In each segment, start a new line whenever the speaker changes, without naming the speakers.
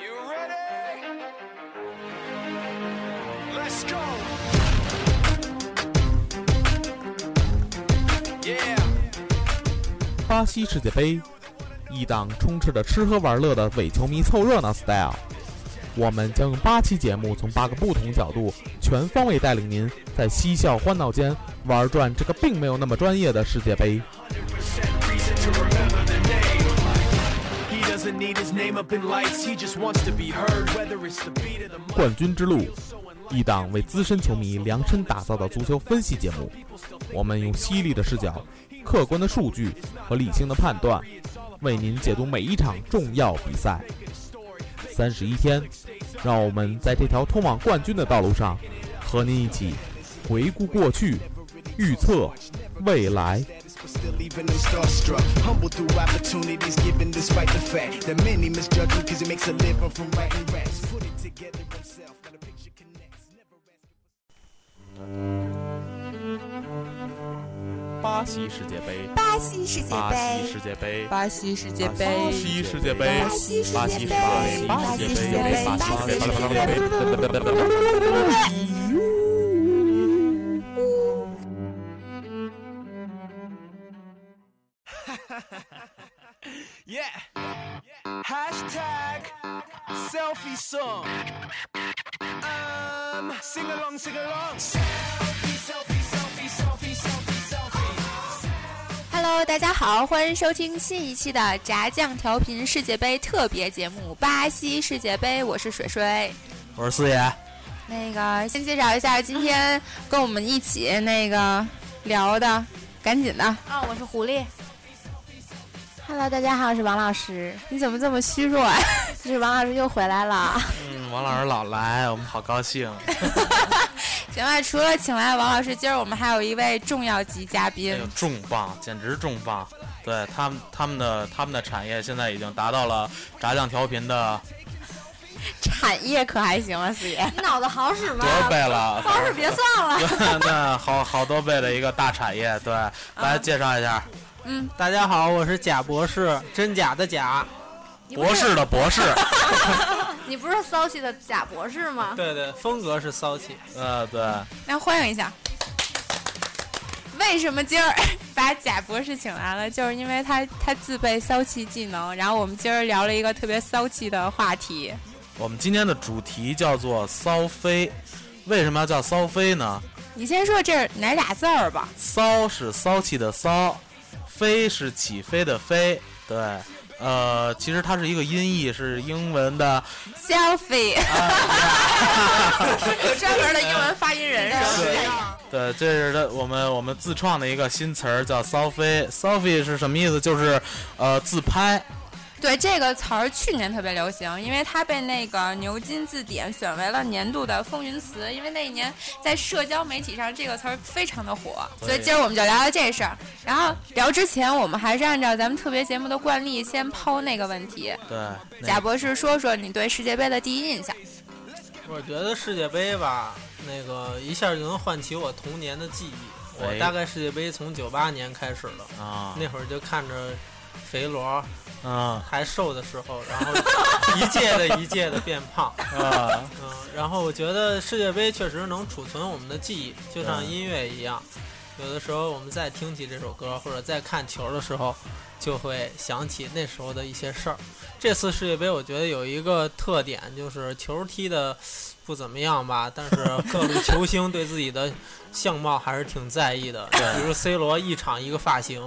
You ready? Let's go. Yeah.
巴西世界杯，一档充斥着吃喝玩乐的伪球迷凑热闹 style。我们将用八期节目，从八个不同角度，全方位带领您在嬉笑欢闹间玩转这个并没有那么专业的世界杯。
100% reason to remember the name. He doesn't need his name up in lights. He just wants to be heard. Whether it's the beat of the mic,
冠军之路，一档为资深球迷量身打造的足球分析节目。我们用犀利的视角、客观的数据和理性的判断，为您解读每一场重要比赛。三十一天，让我们在这条通往冠军的道路上，和您一起回顾过去，预测未来。
but still leaving them starstruck. Humble through opportunities given despite the fact that many misjudge me because it makes a living from writing raps. Put it together himself, got a picture connects. Never ask.
巴西世界杯，
巴西世界杯，
界杯，
巴西哦世界杯，
西世界杯
巴西世界杯，
巴
巴
西
西
世
世
界
界
杯
杯，巴西世界杯，
Yeah. Hashtag selfie song. Um, sing along, sing along. Selfie, selfie, selfie, selfie, selfie, selfie.
Hello，大家好，欢迎收听新一期的炸酱调频世界杯特别节目《巴西世界杯》，我是水水。
我是四爷，
那个先介绍一下今天跟我们一起那个聊的，赶紧的。
啊，我是狐狸，
Hello，大家好，我是王老师。你怎么这么虚弱啊？是王老师又回来了。
嗯，王老师老来，我们好高 兴。
行吧，除了请来王老师，今儿我们还有一位重要级嘉
哎
宾。
呦，重磅，简直重磅！对他们，他们的他们的产业现在已经达到了炸酱调频的
产业可还行啊，四爷？
你脑子好使吗
多？少倍了？
好使别算了。
对， 那好好多倍的一个大产业。对，
啊
来介绍一下，
大家好，我是贾博士，真假的假。
你不
博
是
士的博士，
你不是骚气的贾博士吗？
对对，风格是骚气。
呃，对，
那欢迎一下。为什么今儿 把贾博士请来了？就是因为他他自备骚气技能，然后我们今儿聊了一个特别骚气的话题。
我们今天的主题叫做骚飞。为什么要叫骚飞呢？
你先说这是哪俩字儿吧？
骚是骚气的骚，飞是起飞的飞。对，呃，其实它是一个音译，是英文的
selfie，有
啊
专门的英文发音人是吧？
对，这是它我们我们自创的一个新词儿，叫骚飞。骚飞是什么意思？就是呃自拍。
对这个词儿去年特别流行，因为它被那个牛津字典选为了年度的风云词，因为那一年在社交媒体上这个词儿非常的火，
对
所以今儿我们就聊聊这事儿。然后聊之前，我们还是按照咱们特别节目的惯例，先抛那个问题。
对，那
贾博士说说你对世界杯的第一印象。
我觉得世界杯吧，那个一下就能唤起我童年的记忆。
哎
我大概世界杯从九八年开始的，
啊，
那会儿就看着肥罗
嗯
还瘦的时候，然后一届的一届的变胖。
啊，
嗯，然后我觉得世界杯确实能储存我们的记忆，就像
嗯
音乐一样，有的时候我们再听起这首歌或者再看球的时候，就会想起那时候的一些事儿。这次世界杯，我觉得有一个特点就是球踢的不怎么样吧， 但是各路球星对自己的相貌还是挺在意的。比如 C 罗一场一个发型，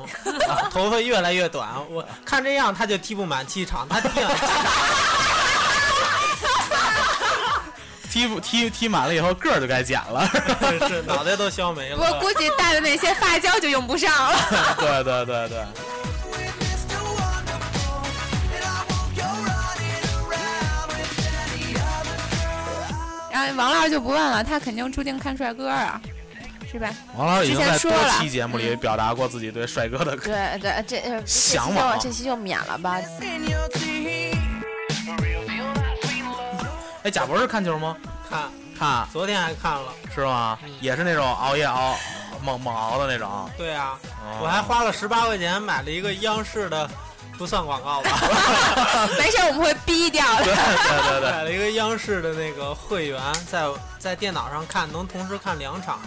啊头发越来越短，我看这样他就踢不满七场，他踢满
踢不踢踢满了以后个儿就该减 了。
是脑袋都削没了。
我估计带的那些发胶就用不上了。
对对对对，
With Mr. Wonderful, and I won't go running around with any other girl.
然后那王老师就不问了，他肯定注定看帅哥啊，是吧？
王老师已经
之前
在
说
多期
了
节目里表达过自己对帅哥的
对对，这呃这期
向
就
往
这期就免了吧。
哎，贾博士看球吗？
看，
看
昨天还看了。
是吗？也是那种熬夜熬猛猛熬的那种。
对啊，
哦
我还花了十八块钱买了一个央视的，不算广告吧，
没事，我们会逼掉的。
对对对对，
买了一个央视的那个会员，在在电脑上看，能同时看两场，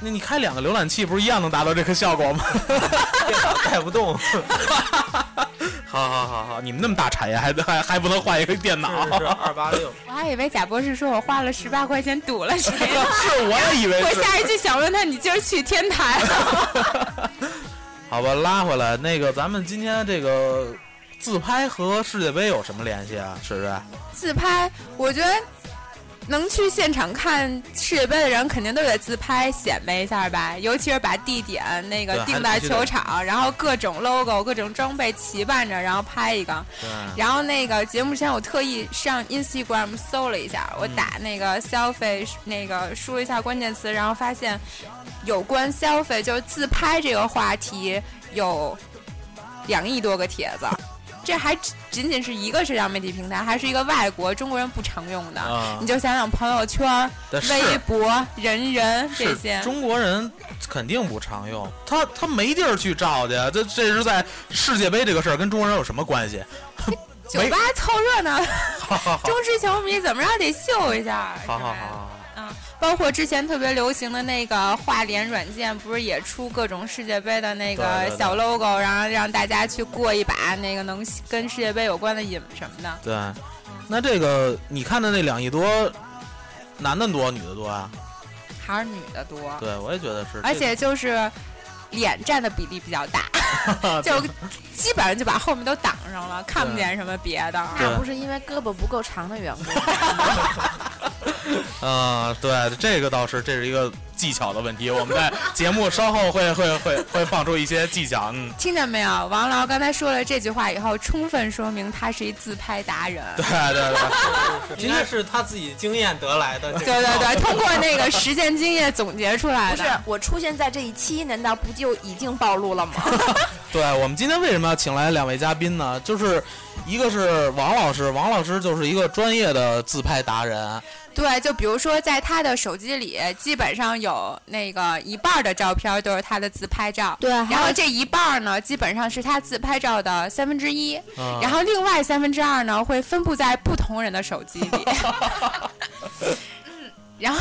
那你开两个浏览器不是一样能达到这个效果吗？
电脑带不动。
好好好好，你们那么大产业还还还不能换一个电脑？
是是 二八六，
我还以为贾博士说我花了十八块钱赌 了谁，
是我也以为
我
是。
下一句想问他，你今儿去天台了？
好吧，拉回来那个，咱们今天这个自拍和世界杯有什么联系啊？是不是？
自拍，我觉得能去现场看世界杯的人，肯定都得自拍显摆一下吧。尤其是把地点那
对
个
还
定在
必须得
球场，然后各种 logo、各种装备齐办着，然后拍一个。
对，
然后那个节目之前，我特意上 Instagram 搜了一下，我打那个消费那个输一下关键词，然后发现有关消费就是自拍这个话题有两亿多个帖 子，这还只仅仅是一个社交媒体平台，还是一个外国中国人不常用的。
啊
你就想想朋友圈、
但是
微博、人人这些
是，中国人肯定不常用，他他没地儿去照去，这这是在世界杯这个事儿跟中国人有什么关系？
酒
没
吧凑热闹，
好好好
中之球迷怎么着得秀一下，是
好好好
吧
好，
嗯，包括之前特别流行的那个画脸软件，不是也出各种世界杯的那
对
个
对对
小 logo，然后让大家去过一把那个能跟世界杯有关的瘾什么的。
对，那这个你看的那两亿多，男的多，女的多啊？
还是女的多，
对，我也觉得是，
而且就是脸占的比例比较 大，就基本上就把后面都挡上了，看不见什么别的。
对
那不是因为胳膊不够长的缘故。
啊、对，这个倒是，这是一个技巧的问题。我们在节目稍后会会会会放出一些技巧。嗯，
听见没有？王老刚才说了这句话以后，充分说明他是一自拍达人。
对对对，
应该是他自己经验得来的。
对对对，通过那个实践经验总结出来
不
的
是。我出现在这一期，难道不就已经暴露了 吗？
对我们今天为什么要请来两位嘉宾呢？就是一个是王老师，王老师就是一个专业的自拍达人，
对，就比如说在他的手机里，基本上有那个一半儿的照片都是他的自拍照。
对
然后这一半儿呢，基本上是他自拍照的三分之一，
嗯
然后另外三分之二呢会分布在不同人的手机里。 然后，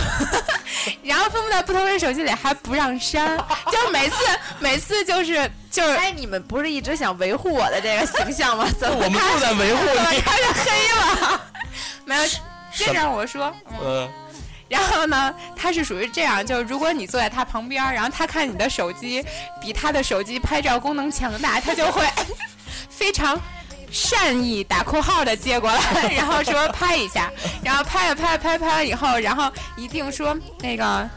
然后分布在不同人手机里还不让删，就每次每次就是就是
哎，你们不是一直想维护我的这个形象吗？怎么
我们就是在 维护你。
开始黑了， 没有，接着让我说。嗯
呃，
然后呢，他是属于这样，就是如果你坐在他旁边，然后他看你的手机比他的手机拍照功能强大，他就会 非常。善意打括号的接过来，然后说拍一下，然后拍了拍了拍了拍了以后，然后一定说那个，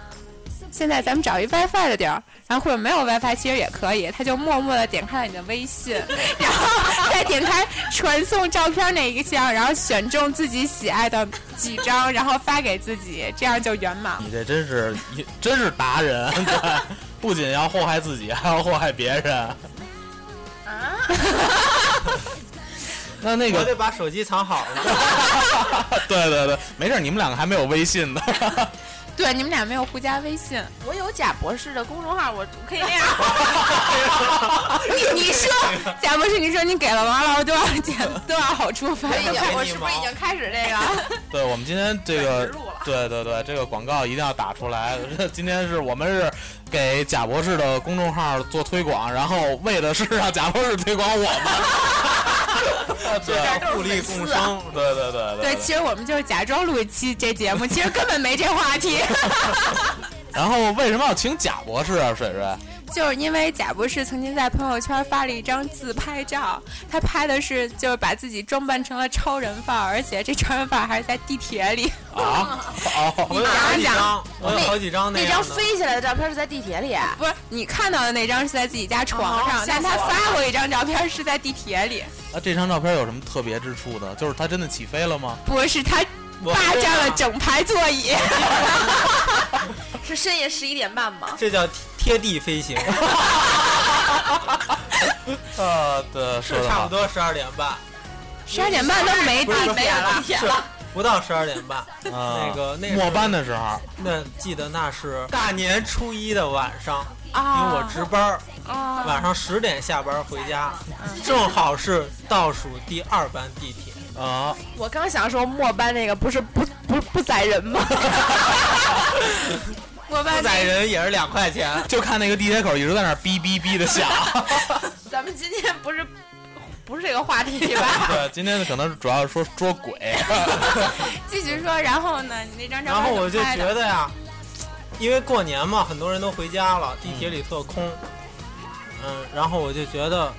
现在咱们找一 WiFi 的地儿，然后或者没有 WiFi 其实也可以，他就默默的点开了你的微信， 然后再点开传送照片那一项，然后选中自己喜爱的几张，然后发给自己，这样就圆满了。
你这真是你真是达人，对，不仅要祸害自己，还要祸害别人。 啊？那那
我
个
得把手机藏好了。
对对对，没事儿，你们两个还没有微信呢。
对，你们俩没有互加微信，
我有贾博士的公众号，我可以那样。
你你说，贾博士，你说你给了王老师多少钱，多少好处费？
哎呀，我
你
是不
忙
是已经开始这个？
对，我们今天这
转
个
植入了，
对对对，这个广告一定要打出来。 今天是我们是给贾博士的公众号做推广，然后为的是让贾博士推广我们。对，
互利共生。
对对对
对，其实我们就是假装录一期这节目，其实根本没这话题。
然后为什么要请贾博士啊，水水？
就是因为贾博士曾经在朋友圈发了一张自拍照，他拍的是就是把自己装扮成了超人范儿，而且这超人范儿还是在地铁里。
啊，
我
哦，
有好几
讲
张，我有好几张
那
样
张
的。
飞起来的照片是在地铁里。
不是你看到的那张是在自己家床上，
哦吓
但
死
他
我了
发过一张照片是在地铁里，
那这张照片有什么特别之处呢？就是他真的起飞了吗？
不是他
我
霸占了整排座椅。
是深夜十一点半吗？
这叫贴贴地飞行，
呃，对，说
是
的
差
好
不。多十二点半，
十二点半都没
不是
地
不是
铁了，
是
啊
不到十二点半。
啊
那个那
末
是
班的时候，
那记得那是大年初一的晚上，因为我
啊
值班儿，
啊！
晚上十点下班回家，正好是倒数第二班地铁。
啊，
我刚想说末班那个不是不不不宰 人吗？末班
不宰人也是两块钱。
就看那个地铁口一直在那儿哔哔哔的响。
咱们今天不是不是这个话题吧？
对，今天可能主要是说捉鬼，
继续说，然后呢？你那张照
然
片
后我
怎
就
么拍的
觉得呀，因为过年嘛，很多人都回家了，地铁里特空。嗯，然后我就觉得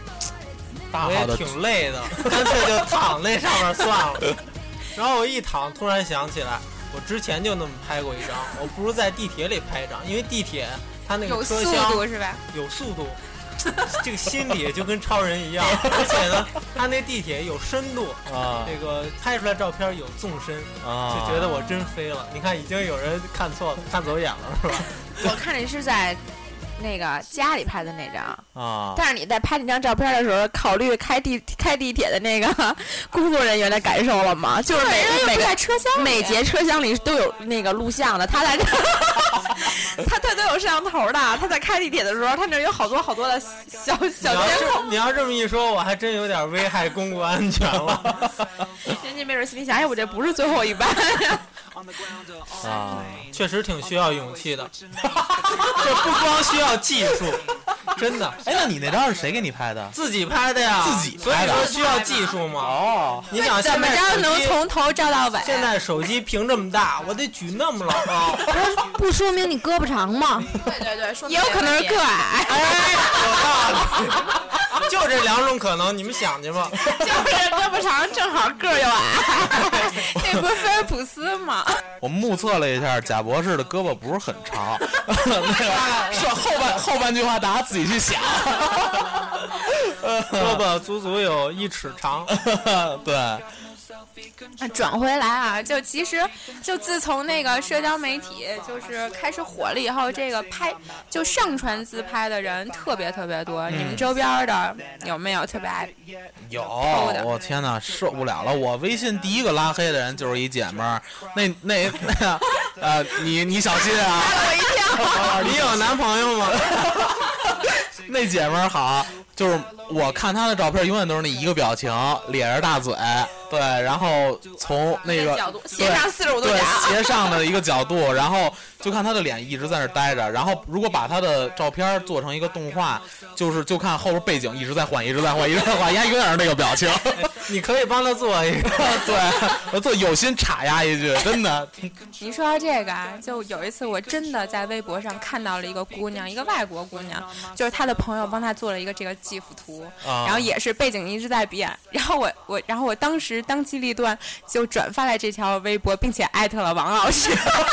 大好
我也
的
挺累的， 干脆就躺那上面算了。然后我一躺，突然想起来，我之前就那么拍过一张，我不如在地铁里拍一张，因为地铁它那
有
个车
速
厢
度是吧？
有速度， 这个心理就跟超人一 样，而且呢，它那地铁有深度，
啊
这个拍出来照片有纵深，就
啊，
觉得我真飞了。你看，已经有人看错了， 看走眼了是吧？
我看你是在那个家里拍的那张，
哦
啊，
但是你在拍那张照片的时候，考虑开地开地铁的那个 工作人员的感受了吗？就是每每个车厢每节车厢里都有那个录像的，他 在这，他他都有摄像头的，他在开地铁的时候，他那有好多好多的小小
啊
你要
监
这
控，
你要这么一说，我还真有点危害公共安全了。
人家没准心里想，哎，我这不是最后一班，
啊，
确实挺需要勇气的，这不光需要技 术，真的
哎，那你那张是谁给你拍的？
自己拍的呀，
自己拍的
所以说需要技术嘛。
哦，
你想
怎么
现在
着能
手机
从头照到 尾？
现在手机屏这么大，我得举那么老高。
不说明你胳膊长吗？
对对对，说
也有可能是个矮，
哎，有道 理，就这两种可能，你们想去 吧。
就是胳膊长，正好个儿又矮， 那不是菲尔普斯吗？
我目测了一下，贾博士的胳膊不是很长， 那个是后半后半句话大家自己去想。
胳膊足足有一尺长，
对，
啊转回来啊，就其实就自从那个社交媒体就是开始火了以后，这个拍就上传自拍的人特别特别多。
嗯
你们周边的有没有特别爱？
有，
的
我天哪，受不了了！我微信第一个拉黑的人就是一姐们儿，那那 那，呃，你你小心啊！
我一跳，
你有男朋友吗？
那姐们儿好，就是我看她的照片，永远都是那一个表情，咧着大嘴，对，然后从那个
角度斜上四十五度
对
角。
斜上的一个角度，然后就看她的脸一直在那儿待着，然后如果把她的照片做成一个动画，就是就看后边背景一直在换，一直在换，一直在换，丫永远是那个表情。
你可以帮他做一个。
对，我做有心插丫一句，真的，
你说到这个啊，就有一次我真的在微博上看到了一个姑娘，一个外国姑娘，就是她的朋友帮她做了一个这个 GIF 图，
啊
然后也是背景一直在变。然后我我然后我当时当机立断就转发了这条微博，并且艾特了王老 师。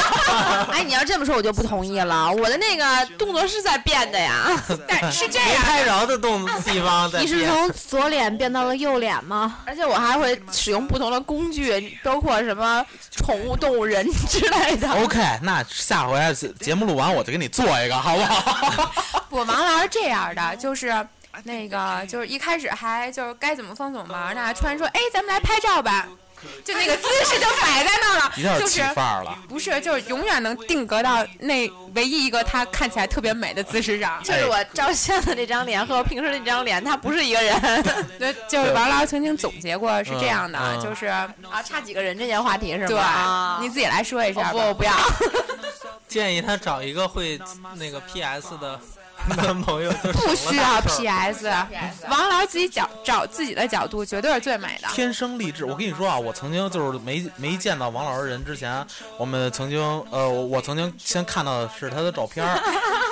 哎，你要这么说，我就不同意了。我的那个动作是在变的 呀，
但是这
没
样，
拍着的动地方在
你是
变。
从左脸变到了右脸吗？
而且我还会使用不同的工具，包括什么宠物、动物人之类的。
OK，那下回节目录完我就给你做一个，好不 好？
我王老师这样的，就是那个，就是一开始还就是该怎么放怎么玩呢，突然说，哎，咱们来拍照吧，就那个姿势就摆在那儿
一下
了，
就
就
起
是
范儿了。
不是就是永远能定格到那唯一一个他看起来特别美的姿势上。
就是我照相的那张脸和我平时那张脸，它不是一个人
哎
对，呃就是王老师曾经总结过是这样的，
嗯嗯
就是
啊，差几个人这件话题是
对
吗？，
你
你
自己来说一
我
下
不，啊
吧。
哦我不要。
建议他找一个会那个 PS 的男朋友就
不
行
需
了。
要 PS，王老师自己角找自己的角度绝对是最美的。
天生丽质，我跟你说啊，我曾经就是没没见到王老师人之前，我们曾经呃，我我曾经先看到的是他的照片儿，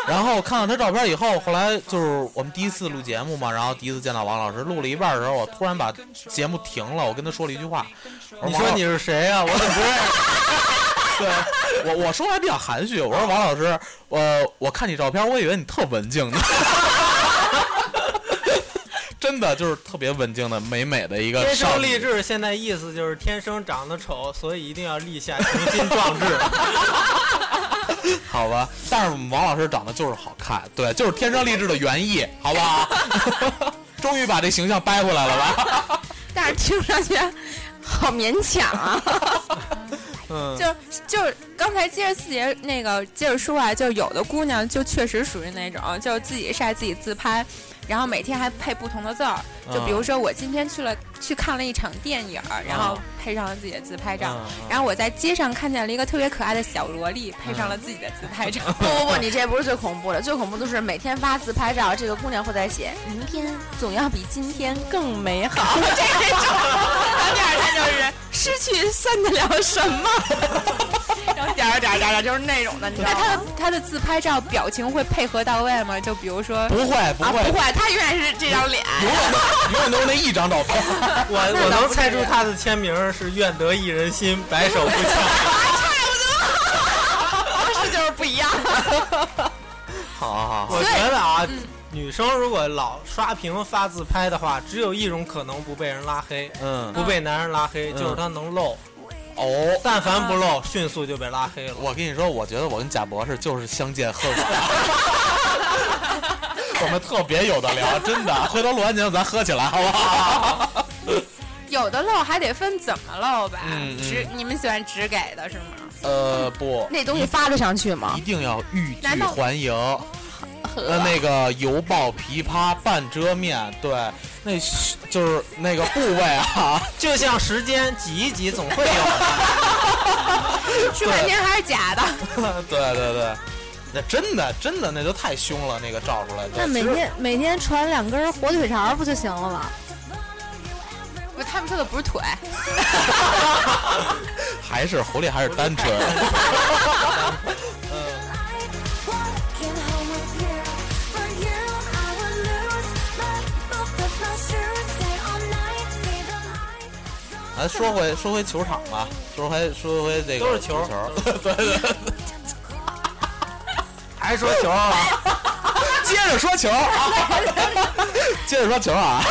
然后看到他照片儿以后，后来就是我们第一次录节目嘛，然后第一次见到王老师，录了一半儿的时候，我突然把节目停了，我跟他说了一句话，我
你
王
说
老
你是谁啊呀、我怎么不认 识？
对我我说话比较含蓄，我说王老师，我我看你照片，我以为你特文静呢。 真的就是特别文静的、美美的一个
天
少
生
女
丽质，现在意思就是天生长得丑，所以一定要立下雄心壮 志。
好吧？但是我们王老师长得就是好看，对，就是天生丽质的原意，好不好？ 终于把这形象掰回来了吧？
但是听上去好勉强啊。
嗯，
就就是刚才接着四姐那个接着说啊，就有的姑娘就确实属于那种，就自己晒自己自拍，然后每天还配不同的字儿。就比如
嗯
说我今天去了去看了一场电影儿，然后配上了自己的自拍照。
嗯
然后我在街上看见了一个特别可爱的小萝莉，配上
嗯
了自己的自拍 照。
不不不，你这不是最恐怖的，最恐怖的是每天发自拍照，这个姑娘会在写
明天总要比今天更美好。 这这种，然后第二天就是失去算得了什 么？然后点儿点儿点儿点儿就是那种的，你知道
那
吗？
他的他的自拍照表情会配合到位吗？就比如说，
不会不
啊，
会，
不会，他永远是这张脸。
永远都永远都是那一张照片。
我我能猜出他的签名是“愿得一人心，白首不相
这就是不一样。
好好好”。好，
我觉得啊，女生如果老刷屏发自拍的话，只有一种可能不被人拉黑，
嗯，
不被男人拉黑，
嗯
就是她能露。
哦，
但凡不露，迅速就被拉黑了。
我跟你说，我觉得我跟贾博士就是相见恨 晚，我们特别有的聊，真的。回头录完节目咱喝起来，好不好？
有的露还得分怎么露吧
嗯嗯？
只你们喜欢只给的是吗？
呃，不，
那东西发得上去吗
一？定要欲拒还迎。呃，那个油爆琵琶半遮面，对，那是就是那个部位 啊，
就像时间挤一挤，总会有的。
说半天还是假的。
对对对，那真的真的那就太凶了，那个照出来的。
那每
其实
天每天传两根火腿肠不就行了吗？
不，他们说的不是腿，
还是狐狸还是单纯。咱说回说回球场吧，说回说回这个
都是球
足球，对对对，
还说球啊？
接着说球啊，接着说球啊，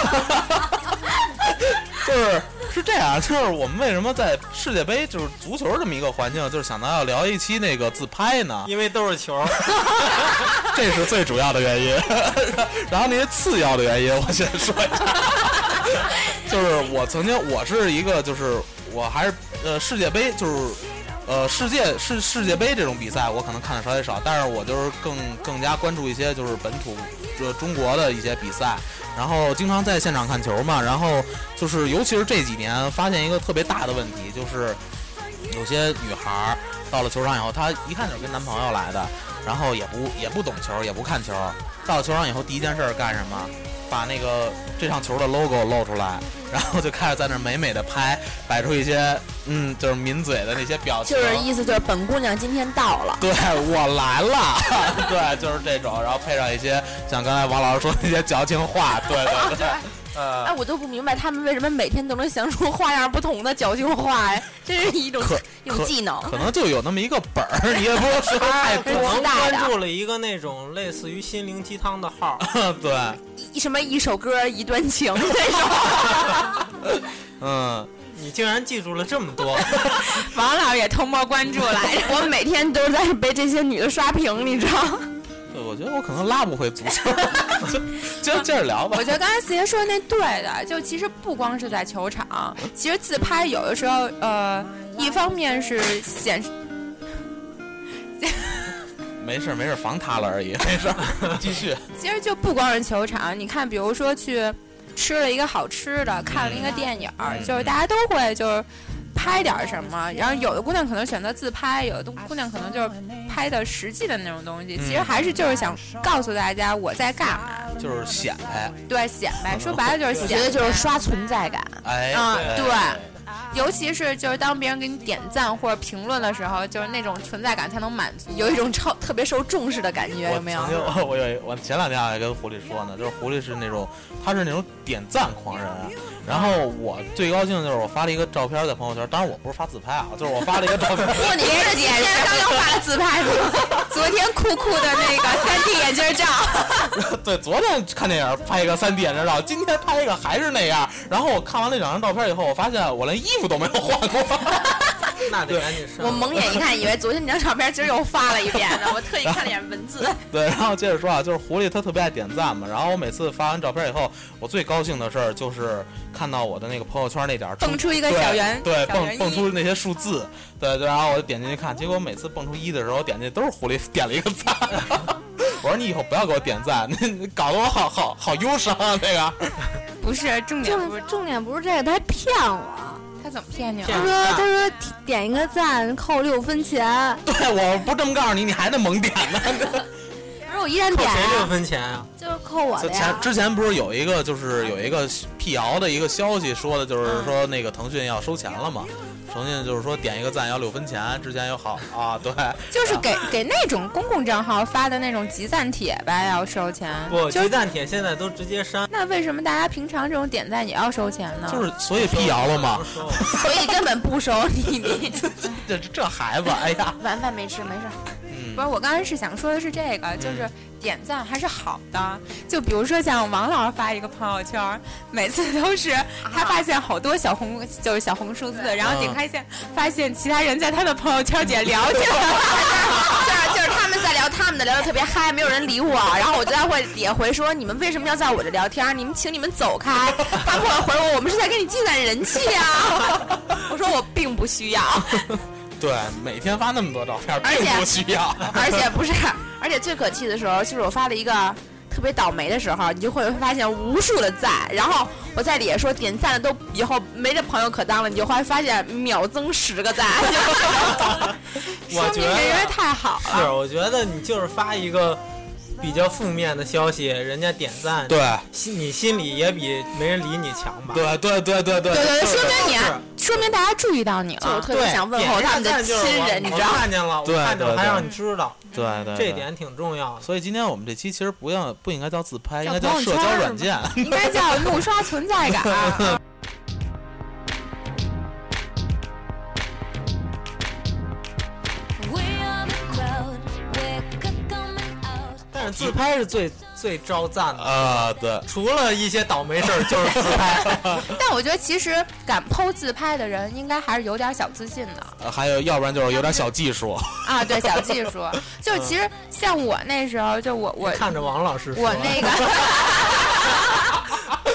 就是是这样，就是我们为什么在世界杯就是足球这么一个环境，就是想到要聊一期那个自拍呢，
因为都是 球。
这是最主要的原因。然后那些次要的原因，我先说一下， 就是我曾经我是一个，就是我还是呃世界杯，就是呃世界世世界杯这种比赛，我可能看的稍微少，但是我就是更更加关注一些就是本土这中国的一些比赛，然后经常在现场看球嘛，然后就是尤其是这几年发现一个特别大的问题，就是有些女孩儿到了球场以后，她一看就是跟男朋友来的，然后也不也不懂球，也不看球，到了球场以后第一件事儿干什么？把那个这场球的 logo 露出来，然后就开始在那儿美美的拍，摆出一些嗯，就是抿嘴的那些表情，
就是意思就是本姑娘今天到了，
对我来了， 对，就是这种，然后配上一些像刚才王老师说的那些矫情话，对对对，
哎，我都不明白他们为什么每天都能想出花样不同的矫情 话呀，这是一种
可
一种技能。
可能就有那么一个本儿，你也不用说
哎
太
我
多，
们
大
啊
的
关注了一个那种类似于心灵鸡汤的号，
对，
一什么一首歌一段 情这种，
嗯，
你竟然记住了这么 多，
王老师也偷摸关注来着。
我每天都在被这些女的刷屏，你知道？
对，我觉得我可能拉不回足 球，就接接着聊吧
我，觉得刚才四爷说的那对的，就其实不光是在球场，其实自拍有的时候，呃，一方面是显示，
没事儿没事儿，防他了而已，没事儿， 继续，
其实就不光是球场，你看，比如说去吃了一个好吃的，看了一个电影儿，
嗯
就是大家都会就是拍点儿什么，然后有的姑娘可能选择自拍，有的姑娘可能就是拍的实际的那种东
嗯
西，其实还是就是想告诉大家我在干嘛，
就是显摆，
对，显摆，说白了就是
我
显
觉
摆，
得就是刷存在感。
哎，
啊
嗯，对，尤其是就是当别人给你点赞或者评论的时候，就是那种存在感才能满足。
有一种超特别受重视的感觉，
我
有没有
曾？经 我有一我前两天还跟狐狸说呢，就是狐狸是那种他是那种点赞狂人，啊然后我最高兴的就是我发了一个照片在朋友圈，当然我不是发自拍啊，就是我发了一个照片，
不，你是 姐姐刚刚发的自拍吗？昨天酷酷的那个三 D 眼镜照，
对，昨天看电影拍一个三 D 眼镜照，今天拍一个还是那样。然后我看完那两张照片以后，我发现我连衣服都没有换过。
那得赶紧上。
我 蒙眼一看，以为昨天那张照片今儿又发了一遍呢，我特意看了一眼文字。
对，然后接着说啊，就是狐狸它特别爱点赞嘛。然后我每次发完照片以后，我最高兴的事儿就是看到我的那个朋友圈那点儿
蹦出一个小圆，
对，
小
蹦
圆
蹦
一
出那些数字，对对，然后我就点进去看，结果每次蹦出一的时候，我点进去都是狐狸点了一个赞。 我说你以后不要给我点赞，那搞得我好好好忧伤啊！这个
不是重点，不
重
是
重点不是这个，他还骗我。
他怎么骗
啊
你
他
了？
骗
说
赞
他说点一个赞扣六分钱，
对我不这么告诉你，你还得猛点
不
呢。
是我依然
扣
点
谁六
啊，
分钱啊？
就是扣我
之
的
前
呀。
之前不是有一个就是有一个辟谣的一个消息说的，就是说那个腾讯要收钱了嘛。腾讯就是说点一个赞要六分钱，之前有 好啊，对，
就是给给那种公共账号发的那种集赞帖呗，要收钱。
不，
就
鸡蛋帖现在都直接删，
那为什么大家平常这种点赞也要收钱呢？
就是 所以辟谣了嘛
不。收。
所以根本不收你你。
这这孩子，哎呀，
晚饭没吃，没事。
嗯
不是，我刚才是想说的是这个，就是点赞还是好的。就比如说像王老师发一个朋友圈儿，每次都是他发现好多小红，就是小红数字，然后点开现发现其他人在他的朋友圈儿里聊去了。
就是就是他们在聊他们的，聊得特别嗨，没有人理我，然后我就在会也回说你们为什么要在我这聊天？你们请你们走开。他们会回我，我们是在给你积攒人气啊。 我说我并不需要，
对，每天发那么多照片，
而且
并不需要。
而且不是，而且最可气的时候就是我发了一个。特别倒霉的时候，你就会发现无数的赞，然后我在底下说点赞的都以后没这朋友可当了，你就会发现秒增十个赞，
我觉得
人太好了。
是，哎我觉得你就是发一个比较负面的消息，人家点赞，
对，
心你心里也比没人理你强吧？
对，对，对，对，
对对
对
对，
就是
说明你啊
是
说明大家注意到你
就我
了。
特别想问候他们的亲人，你知道
我
吗？
看见了，我
对
看见了，
对
还
对
让你知道，
对对，
这
对。
点挺重要的。
所以今天我们这期其实不要不应该叫自拍，应该
叫
叫
朋友
社
圈
交
儿
软件。
应该叫怒刷存在感。啊
但是自拍是最最招赞的，
啊，对，
除了一些倒霉事儿就是自拍。
但我觉得其实敢剖自拍的人，应该还是有点小自信的
呃还有要不然就是有点小技术。
啊。对，小技术。就其实像我那时候，就我我
看着王老师说，
我 那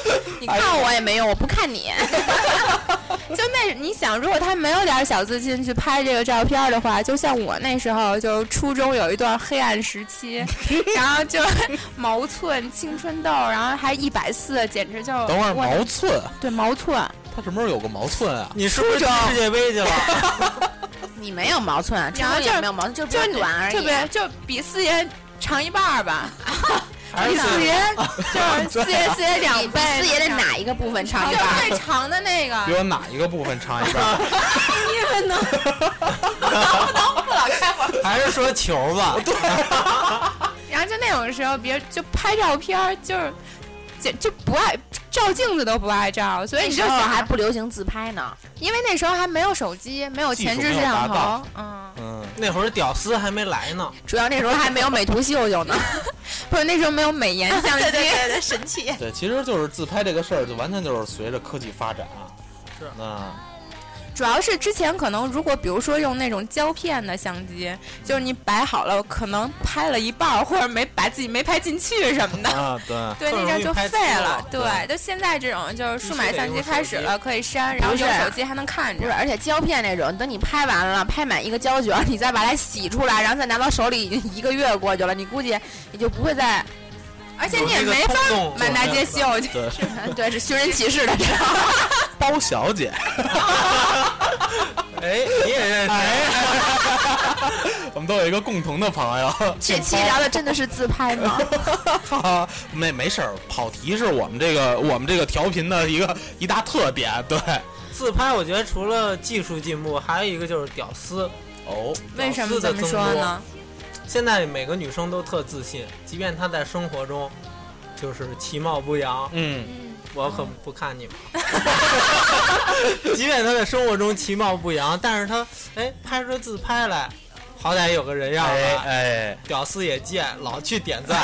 个，你
哎
看我也没用，我不看你。 就那，你想，如果他没有点小自信去拍这个照片的话，就像我那时候，就初中有一段黑暗时期，然后 就毛寸、青春痘，然后还一百四，简直就
等会儿
我
毛寸，
对毛寸，
他什么时候有个毛寸啊？
你是不是去世界杯去了？
你没有毛寸，
然后
中
就
间也没有毛寸，就
就是
比较短而已。啊
特别就比四爷长一半儿 吧，
还
比
是
四爷就是四爷四爷两
比
倍，
四爷的哪一个部分长一
就
半？
是最长的那个
比。我哪一个部分长一半儿？
还是说球吧？
然后就那种时候，别就拍照片儿，就是就就不爱照镜子都不爱照，所以
那
你
时
就
候
想
还不流行自拍呢，
因为那时候还没有手机，没有前置摄像头，嗯，
嗯，
那会儿屌丝还没来呢，
主要那时候还没有美图秀秀呢。
不是那时候没有美颜 相 机，
对，神器。
对，其实就是自拍这个事儿，就完全就是随着科技发展啊。
是
那
主要是之前可能如果比如说用那种胶片的相机，就是你摆好了，可能拍了一半儿或者没把自己没拍进去什么的。
啊，
对，
对，
那
更容
张
易
就
拍
废了
错了。
对，就现在这种就是数
必须
码
得
相
用
机
手
开始
机
了，可以删，然后
不
有
是
手机还能看
不
着
是，。而且胶片那种，等你拍完了，拍满一个胶卷，你再把它洗出来，然后再拿到手里，已经一个月过去了，你估计你就不会再，
而且
有
你也
这个
没法
冲动
满大
就
街
是
秀去。
对，是寻 人启事的，这样
包小姐，
哎，你也认识？
我们都有一个共同的朋友，
这期聊的真的是自拍 吗？
啊，没没事儿，跑题是我们这个我们这个调频的一个一大特点，对，
自拍，我觉得除了技术进步，还有一个就是屌丝。
哦，
为什么这么说呢？
现在每个女生都特自信，即便她在生活中就是其貌不扬，
嗯，
我可不看你 们。即便她在生活中其貌不扬，但是她哎拍出自拍来，好歹有个人样吧。
嗯哎哎，
屌丝也贱，老去点赞。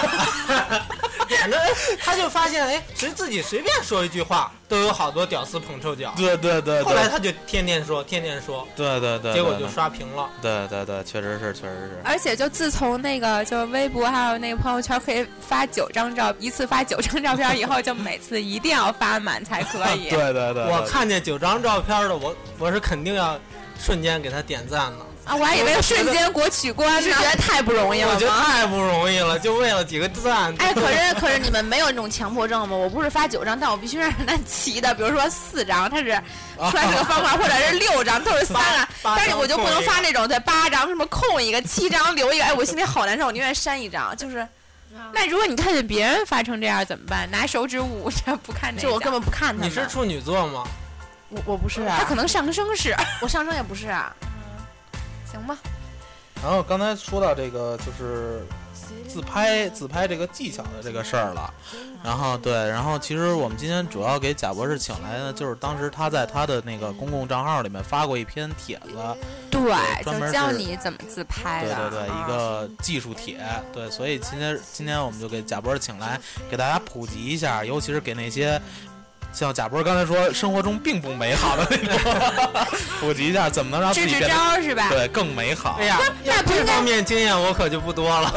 反正他就发现，哎，随自己随便说一句话，都有好多屌丝捧臭脚。
对对对
后来
对
他就天天说，天天说，
对对对，
结果
对
就刷屏了。
对对对，确实是确实是。
而且就自从那个就是微博还有那个朋友圈可以发九张照，一次发九张照片以后，就每次一定要发满才可以。
对对对，
我看见九张照片的，我我是肯定要瞬间给他点赞的。
啊，我还以为瞬间国取关
是
呢
觉。得太不容易
我
了
觉得
吗？
太不容易了，就为了几个赞。
哎，可是可是你们没有那种强迫症吗？我不是发九张，但我必须让他 齐的，比如说四张，它是出来是个方块，或者是六张，都是三张，
八
但是我就啊不能发
那。
那种对八张什么空一个七张留一个，哎，我心里好难受，我宁愿删一张，就是
那如果你看见别人发成这样怎么办？拿手指捂着不看那
就我根
本
本不看他们。
你是处女座吗？
我我不是啊，
他可能上 升是
我上升也不是啊，
行吧？
然后刚才说到这个就是自拍自拍这个技巧的这个事儿了，然后对，然后其实我们今天主要给贾博士请来呢，就是当时他在他的那个公共账号里面发过一篇帖子，
对
专门
就是教你怎么自拍
对
的。
对对，一
啊
个技术帖，对，所以今天今天我们就给贾博士请来，给大家普及一下，尤其是给那些。像贾博士刚才说，生活中并不美好的那种， 普及一下怎么能让自
支
己
支
变得
招是吧？
对更美好。
哎呀，要这方面经验我可就不多了。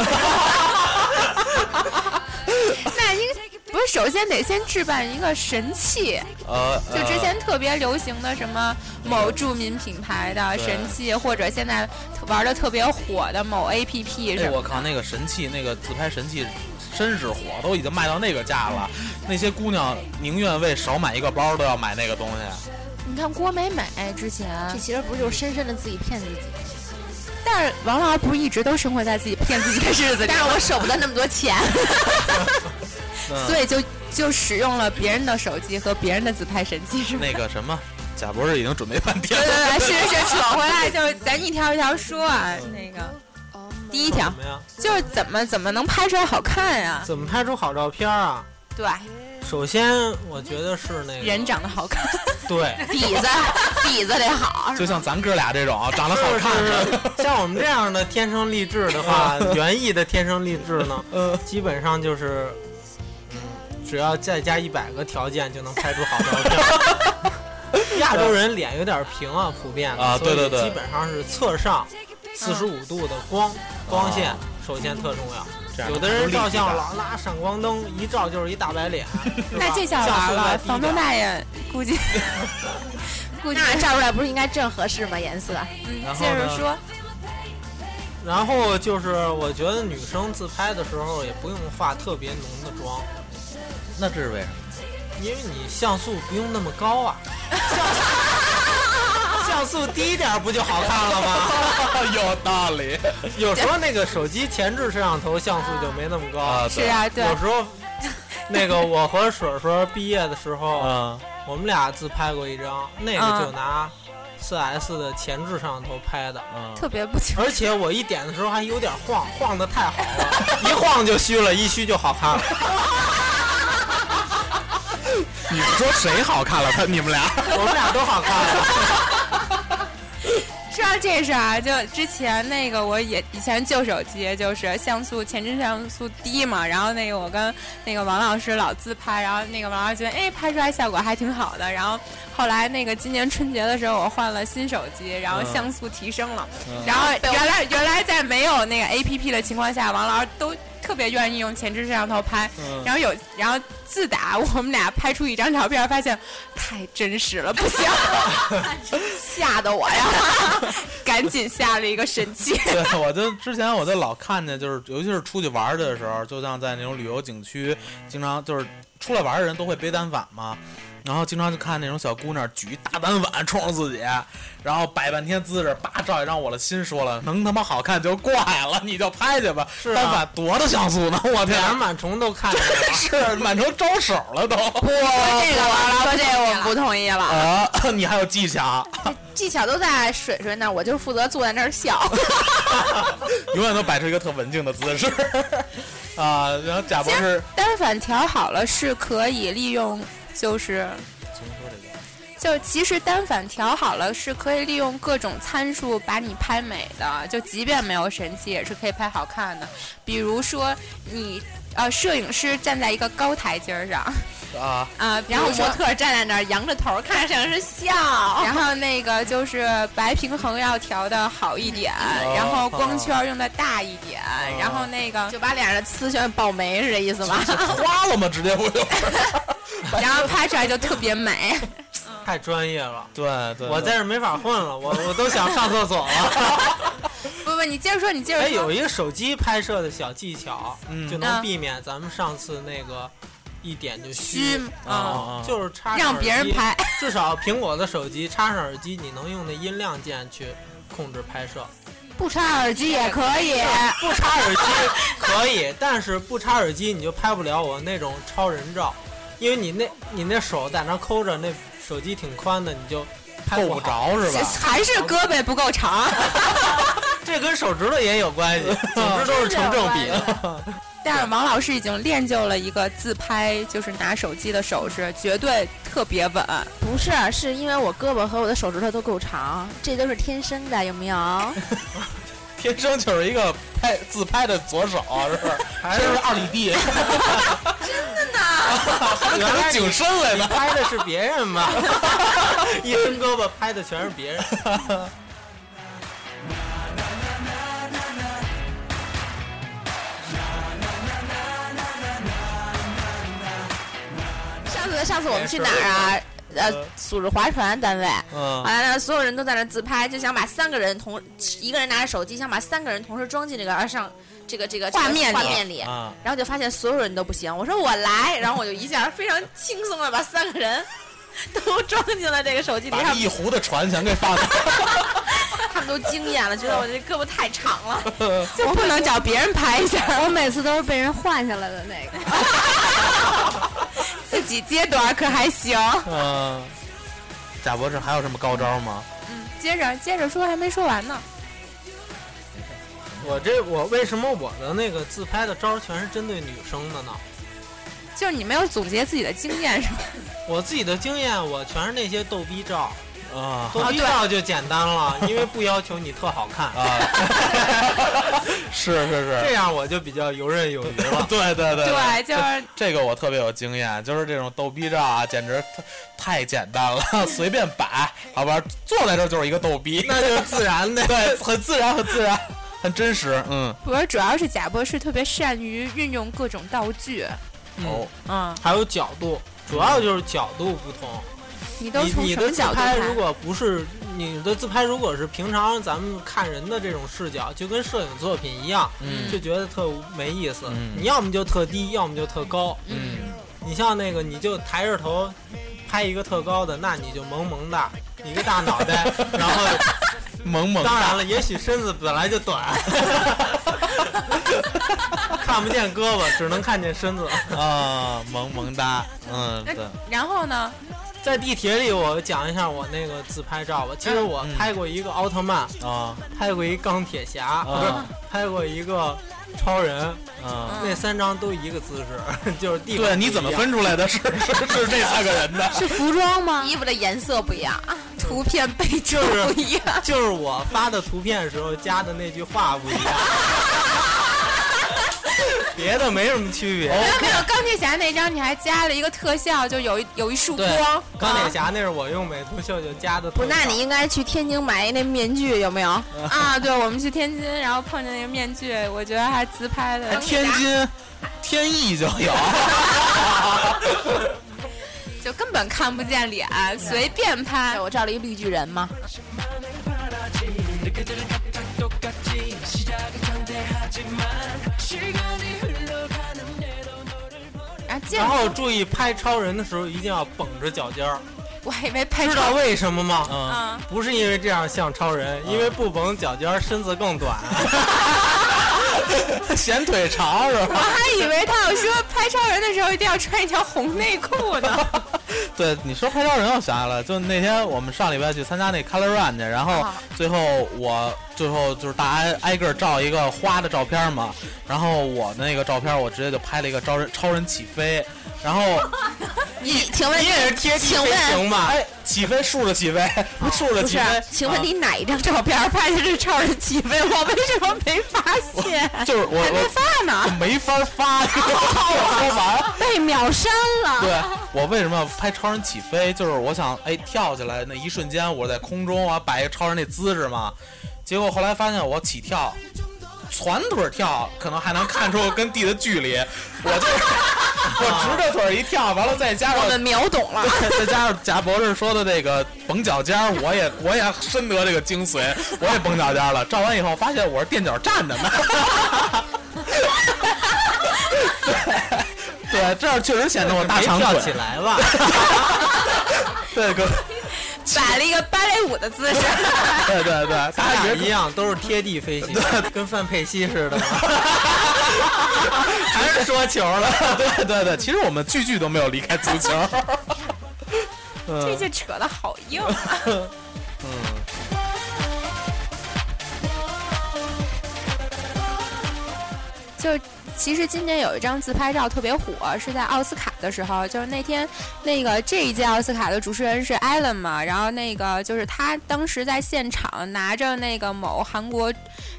那应不是首先得先置办一个神器，
呃，
就之前特别流行的什么某著名品牌的
对
神器，或者现在特玩的特别火的某 APP
哎，
什
我
么
靠，那个神器，那个自拍神器，真是火，都已经卖到那个价了。那些姑娘宁愿为少买一个包，都要买那个东西。
你看郭美美之前，这其实不就是深深的自己骗自己？
但是王老不是一直都生活在自己骗自己的 日子里
但
吗，
是我舍不得那么多钱，
嗯
所以就就使用了别人的手机和别人的自拍神器，是吗？
那个什么，贾博士已经准备半天
对对
了。
对，是是是，扯回来就是咱一条一条说啊，
嗯
那个第一条
怎么样？
就是怎么怎么能拍出来好看呀、
哎怎么拍出好照片啊？
对，
哎
首先，我觉得是那个
人长得好看，
对，
底 子底子得 好。
就像咱哥俩这种啊长得好 看的，
就是 像我们这样的天生丽质的
啊
话，园艺的天生丽质 呢，
嗯
基本上就是，嗯，只要再加一百个条件就能拍出好照片。 亚洲人脸有点平啊，普遍的
啊对对对
所以基本上是侧上四十五度的光光线
啊，
首先特重要。
这样
有的人照相老拿闪光灯，一照就是一大 白脸，是吧
那这下完了，
像素再低一
房东
点
大爷估计估计
那照出来不是应该正合适吗？颜色
嗯
然后
接着
呢
说，
然后就是，我觉得女生自拍的时候也不用化特别浓的妆，
那这是为什么？
因为你像素不用那么高啊，像素像素低一点不就好看了吗？
有道理
有时候那个手机前置摄像头像素就没那么高，
啊，
是
对，
啊，对，
有时候。那个我和水水毕业的时候，
嗯，
我们俩自拍过一张，那
嗯
个就拿 4S 的前置摄像头拍的，
嗯
特别不清
而且我一点的时候还有点晃，晃的太好了，一晃就虚了，一虚就好看了。
你们说谁好看了？他你们俩，
我们俩都好看。
知道这事儿啊，就之前那个我也以前旧手机就是像素前置像素低嘛，然后那个我跟那个王老师老自拍，然后那个王老师觉得哎拍出来效果还挺好的，然后后来那个今年春节的时候我换了新手机，然后
嗯
像素提升了，
嗯
然后原来原来在没有那个 A P P 的情况下，王老师都特别愿意用前置摄像头拍，然后有然后自打我们俩拍出一张照片，发现太真实了，不 行。
吓得我呀！
赶紧下了一个神器。
对，我就之前我就老看见，就是尤其是出去玩儿的时候，就像在那种旅游景区，经常就是出来玩儿的人都会背单反嘛，然后经常就看那种小姑娘举一大单反冲着自己，然后摆半天姿势，叭照一张，我的心说了，能他妈好看就怪了，你就拍去吧，
是啊
单反多大像素呢？我天
脸，上满虫都看见
真
了。
是满成招手了都。
说
这个完了
说这个
不同意
我
了
不同意了。
啊，你还有技巧，
技巧都在水水那儿，我就负责坐在那儿笑。
永远都摆出一个特文静的 姿势啊。然后贾博士，
单反调好了是可以利用，就是就其实单反调好了是可以利用各种参数把你拍美的，就即便没有神器也是可以拍好看的。比如说你呃，摄影师站在一个高台阶儿上，
啊，
啊，
然后
比如
模
说
特儿站在那儿扬着头儿看着摄影师笑，
然后那个就是白平衡要调的好一点，
哦
然后光圈用的大一点，然后那个
就把脸上的刺全爆没，是这意思吗？
花了吗？直接不就？
然后拍出来就特别美。
太专业了，
对对，
我在这没法混了，我我都想上厕所 了。
不不，你接着说，你接
哎，
着说。
有一个手机拍摄的小技巧，
嗯
就
啊
能避免咱们上次那个一点就虚
虚
啊
就是插上
让别人
耳机
拍，
至少苹果的手机插上耳机，你能用那音量键去控制拍摄。
不插耳机也可以。
不插耳机可以，但是不插耳机你就拍不了我那种超人照，因为你那你那手在那抠着，那手机挺宽的，你就拍
够
不
不
着。
着是吧？
还是胳膊不够长。
这跟手指头也有关系， 总之都是成正 比。
但是王老师已经练就了一个自拍，就是拿手机的手势，绝对特别稳。
不是，是因为我胳膊和我的手指头都够长，这都是天生的，有没有？
天生就是一个拍自拍的左手，是 不是？还是二里地？真的呢？
原来
还
你
是景深来的？
拍的是别人 吧？一伸胳膊拍的全是别人。
上次上次我们去哪儿啊？呃，组织划船单位，
嗯
完了所有人都在那儿自拍，就想把三个人同一个人拿着手机，想把三个人同时装进这个而上这个这个这个
画面里
画面里。
啊，
然后就发现所有人都不行，我说我来，然后我就一下非常轻松的把三个人都装进了这个手机里，
把
他
这
们
一壶的船全给放了。
他们都惊艳了，觉得我这胳膊太长 了。
就不能找别人拍 一下，
哎我每次都是被人换下来的那个。
自己接短可还行。
嗯，贾博士还有什么高招吗？
嗯，接着接着说，还没说完呢。
我这我为什么我的那个自拍的招儿全是针对女生的呢？
就是你没有总结自己的经验是吧？
我自己的经验，我全是那些逗逼照，
啊
逗逼照就简单了，因为不要求你特好看，
啊，是是
这
是，。
样我就比较游刃有余了
对对对
对，就是
这个我特别有经验，就是这种逗逼照啊，简直太太简单了， 随便摆，好吧，坐在这儿就是一个逗逼，那就是自然的， 对，很自然，很自然，很真实，嗯，
不是，主要是贾博士特别善于运用各种道具。
嗯，
嗯，
还有角度，主要就是角度不同。
你都从
你你
什
的
么
自
角度
拍
看？
如果不是你的自拍，如果是平常咱们看人的这种视角，就跟摄影作品一样，
嗯
就觉得特没意思。
嗯
你要么就特低，要么就特高。
嗯，
你像那个，你就抬着头拍一个特高的，那你就萌萌哒，一个大 脑袋，然后
萌萌，
当然了，也许身子本来就短， 看不见胳膊，只能看见身子。
啊，萌萌哒，嗯，对，
然后呢？
在地铁里，我讲一下我那个自拍照吧。其实我拍过一个奥特曼，
啊
拍过一钢铁侠，不是拍过一个超人，
啊，
那三张都一个姿势， 就是地板
对，你怎么
不一样？
分出来的是是是这三个人的？
是服装吗？
衣服的颜色不一样，
图片被就
就是
不一样。
就是我发的图片时候加的那句话不一样， 别的没什么区
哦
别。
没有没有，钢铁侠那张你还加了一个特效，就有一有一束
对
光。啊
钢铁侠那是我用美图秀秀加的特
哦不，
效，
那你应该去天津买那面具，有没有？
嗯
啊，对，我们去天津，然后碰见那个面具，我觉得还自拍
哎
的，
天津天意就有，
就根本看不见脸，
嗯
随便拍
哎，。我照了一绿巨人嘛。
然 后接着，
然后注意拍超人的时候一定要绷着脚尖儿，
我还以为拍
知
照
道为什么吗？
嗯，
啊，
不是因为这样像超人，因为不绷脚尖儿身子更 短。
显腿长是吧？
我还以为他有说拍超人的时候一定要穿一条红内裤呢。
对，你说拍照人又想起来了，就那天我们上礼拜去参加那 Color Run 去，然后
啊
最后我最后就是大家挨个照一个花的照片嘛，然后我那个照片我直接就拍了一个超人超人起飞，然后
你请问
你也是贴地
请
飞
问
行吧？起飞竖着起飞， 竖着
不
起
是
飞。？
请问
啊
你哪一张照片拍的是超人起飞？我为什么没发 现？
就是我
还没
我
发
我
呢，
没法 发，你知道吗说完。
被秒删了。
对我为什么要拍超人起飞？就是我想，哎，跳起来那一瞬间，我在空中，我要摆一个超人那姿势嘛。结果后来发现我起跳，攒腿跳，可能还能看出跟地的距离。我就是 我直着腿一跳，完了再加上
我们秒懂了。
对再加上贾博士说的这个绷脚尖儿，我也我也深得这个精髓，我也绷脚尖儿了。照完以后发现我是垫脚站着呢。 对，对，这样确实显得我大
没
长
跳起
腿。
来 吧？
对，哥，
摆了一个芭蕾舞的 姿势，
对对 对，
咱
大家
俩
觉
一
得
样，都是贴地飞行，跟范佩西似的。
还是说球了？ 对对对，其实我们句句都没有离开足球。
这就扯得好硬。
啊 就其实今年有一张自拍照特别火，是在奥斯卡的时候，就是那天那个这一届奥斯卡的主持人是艾伦嘛，然后那个就是他当时在现场拿着那个某韩国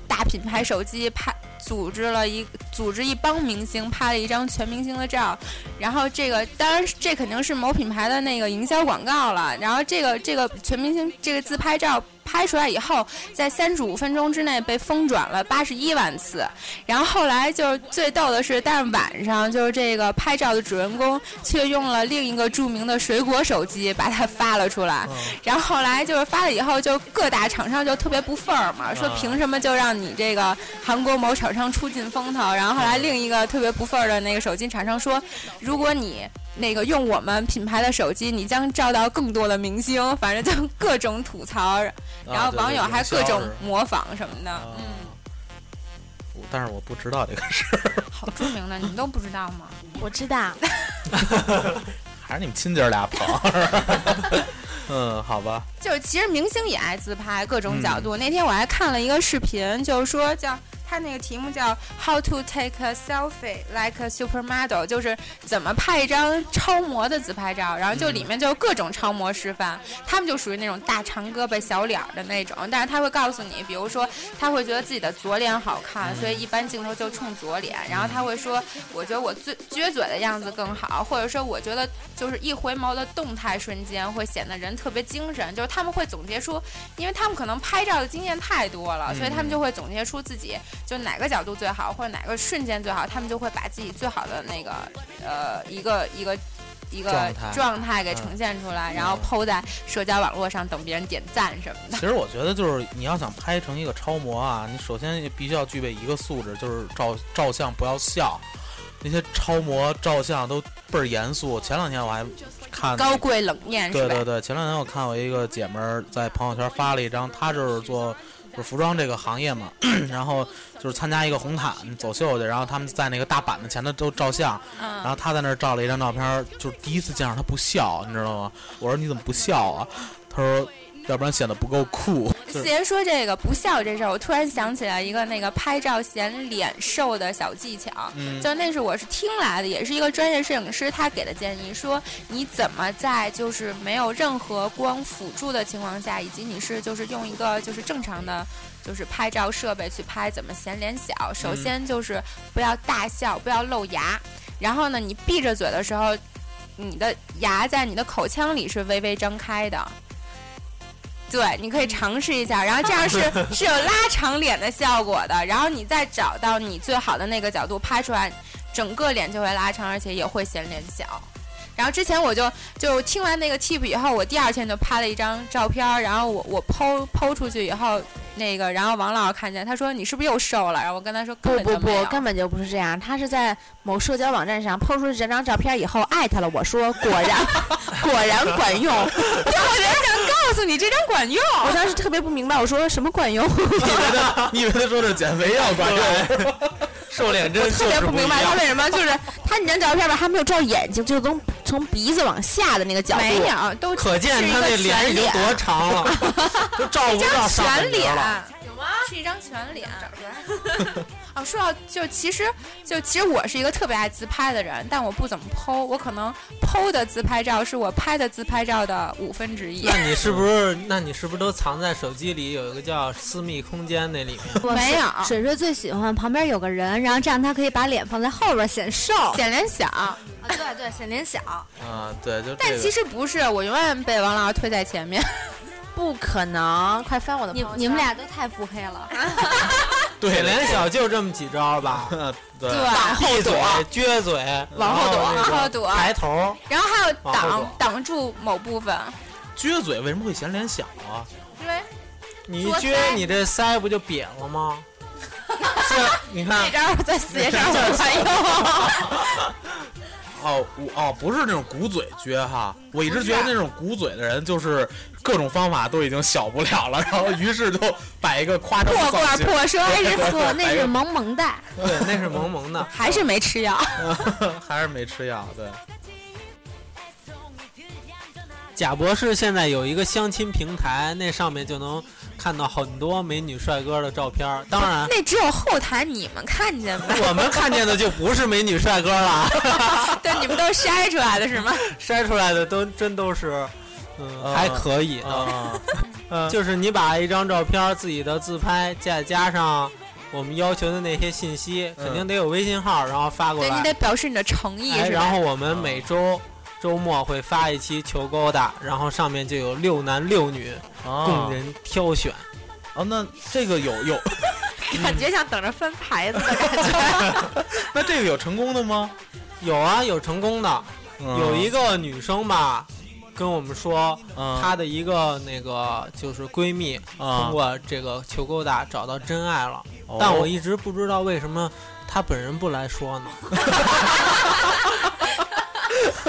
大品牌手机拍。组织了一组织一帮明星拍了一张全明星的照，然后这个当然这肯定是某品牌的那个营销广告了。然后这个这个全明星这个自拍照拍出来以后，在三十五分钟之内被疯转了八十一万次，然后后来就是最逗的是，但是晚上就是这个拍照的主人公却用了另一个著名的水果手机把它发了出
嗯
来。然后后来就是发了以后，就各大厂商就特别不忿儿嘛，说
啊
凭什么就让你这个韩国某厂商出尽风头？然后后来另一个特别不忿儿的那个手机厂商说，如果你。那个用我们品牌的手机，你将照到更多的明星，反正就各种吐槽，
啊
然后网友还各种模仿什么的，
嗯，但是我不知道这个 事，
好著名的，你们都不知道吗？
我知道，
还是你们亲姐儿 俩跑。 嗯，好吧，
就是其实明星也爱自拍，各种角度。那天我还看了一个视频，就是说叫他那个题目叫 “How to take a selfie like a supermodel”，就是怎么拍一张超模的自拍照。然后就里面就各种超模示范，他们就属于那种大长胳膊小脸儿的那种，但是他会告诉你，比如说他会觉得自己的左脸好看，所以一般镜头就冲左脸。然后他会说，我觉得我最撅嘴的样子更好，或者说我觉得就是一回眸的动态瞬间会显得人特别精神，就是他们会总结出，因为他们可能拍照的经验太多了，所以他们就会总结出自己就哪个角度最好，或者哪个瞬间最好，他们就会把自己最好的那个呃一个一个。一个
状态
状态给呈现出来，然
嗯
后抛在社交网络上等别人点赞什么的。
其实我觉得就是你要想拍成一个超模啊，你首先必须要具备一个素质，就是照照相不要笑。那些超模照相都倍儿严肃。前两天我还看
高贵冷艳哎是
嗯对
吧？
对对，前两天我看我一个姐们儿在朋友圈发了一张，她就是做就是服装这个行业嘛， 然后就是参加一个红毯走秀去，然后他们在那个大板子前头都照相，然后她在那儿照了一张照片儿，就是第一次见着她不笑，你知道吗？我说你怎么不笑啊？她说要不然显得不够酷。 就
四
是
爷说这个不笑这事儿，我突然想起来一个那个拍照显脸瘦的小技巧，
嗯
就那是我是听来的，也是一个专业摄影师他给的建议，说你怎么在就是没有任何光辅助的情况下，以及你是就是用一个就是正常的。就是拍照设备去拍，怎么显脸小？首
嗯
先就是不要大笑，不要露牙。然后呢，你闭着嘴的时候，你的牙在你的口腔里是微微张开的。对，你可以尝试一下，然后这 样是是有拉长脸的效果的，然后你再找到你最好的那个角度拍出来，整个脸就会拉长，而且也会显脸小。然后之前我就就听完那个 tip 以后，我第二天就拍了一张照片儿，然后我我剖剖出去以后，那个然后王老师看见，他说你是不是又瘦了？然后我跟他说根
不不
本就没有
不， 根本就不是这样。他是在某社交网站上抛出这张照片以后，艾特了我说，果 然果然管 用。
告诉你这张管用。
我当时特别不明白，我说什么管用？
你以为她，你以为她说这减肥药管用？
瘦脸针
特
就
别
是
不明白他为什么就是他那张照片吧，他没有照眼睛，就是从从鼻子往下的那个角度。
没有，都
可见
是一
他
个
那
全
脸已经多长了，就照不
张
到上半
全
截
脸
了。
是一张全 脸。哦，说到就其实就其实我是一个特别爱自拍的人，但我不怎么剖，我可能剖的自拍照是我拍的自拍照的五分之 一。
那你是不是？那你是不是都藏在手机里？有一个叫私密空间那里面？
我
没有
水水最喜欢旁边有个人，然后这样他可以把脸放在后边显瘦。
显脸小，
对对，显脸小。
啊，对，就
但
这
其
个。
实不是，我永远被王老师推在前面。
不可能！快翻我的朋
你
友圈
你们俩都太腹黑 了。
对，脸小就这么几招 吧，
对
对往
闭嘴、撅嘴，
往后躲，往
然后那
后
个
躲，
抬头。
然后还有
哎往后
挡
躲
挡住某部 分，
撅嘴为什么会嫌脸小啊？
因为
你一
嘬
撅，
腮
你这腮不就瘪 了吗？这你
这
看，
招我在四爷身上不 管用。
哦，我哦，不是那种鼓嘴撅哈，我一直觉得那种鼓嘴的人就是各种方法都已经小不了了，然后于是就摆一个夸张
破
的造
罐
型。
破摔 是吧
对
不，那是萌萌哒。
对，那是萌萌 的。
还是没吃药？
还是没吃药，对，
贾博士现在有一个相亲平台，那上面就能看到很多美女帅哥的照片儿。当然，
那只有后台你们看见吧？
我们看见的就不是美女帅哥了，
对，你们都是筛出来的是吗？
筛出来的都真都是，嗯，
嗯
还可以的。
啊，嗯
就是你把一张照片儿自己的自拍，再加上我们要求的那些信息，肯定得有微信号，然后发过
对你
来。
得表示你的诚意
哎，
是
然
吧？
后我们每周周末会发一期求勾搭，然后上面就有六男六女供
嗯
啊，
人挑选。
哦，那这个有有，
感觉像等着翻牌子的感觉。
那这个有成功的吗？
有啊，有成功的，有一
个
个女生吧，跟我们说
他
她的一个那个就是闺蜜，通
啊，
过这个求勾搭找到真爱了，
哦
但我一直不知道为什么她本人不来说呢。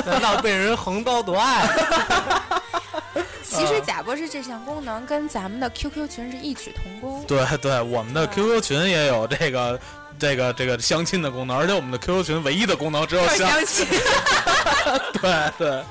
难道被人横刀夺爱？
其实贾博士这项功能跟咱们的 QQ 群是异曲同 工。
对对，我们的
嗯
QQ 群也有这个这个这个相亲的功能，而且我们的 QQ 群唯一的功能只有相，
亲，
对对。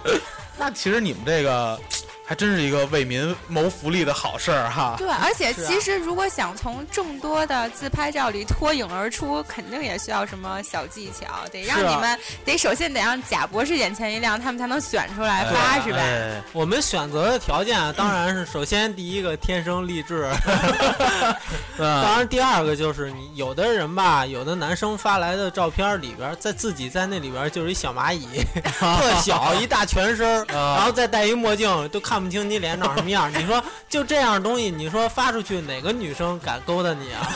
那其实你们这个还真是一个为民谋福利的好事儿 哈。
对，而且
是啊
其实如果想从众多的自拍照里脱颖而出，肯定也需要什么小技巧，得让
是啊
你们得首先得让贾博士眼前一亮，他们才能选出来发，
哎
是吧？
哎
我们选择的条件啊当然是首先第一个天生丽 质，当然第二个就是你有的人吧，有的男生发来的照片里边儿，在自己在那里边儿就是一小蚂 蚁，特小一大全身 儿，然后再戴一墨镜，都看不清你脸长什么样儿。你说就这样东西，你说发出去哪个女生敢勾搭你 啊？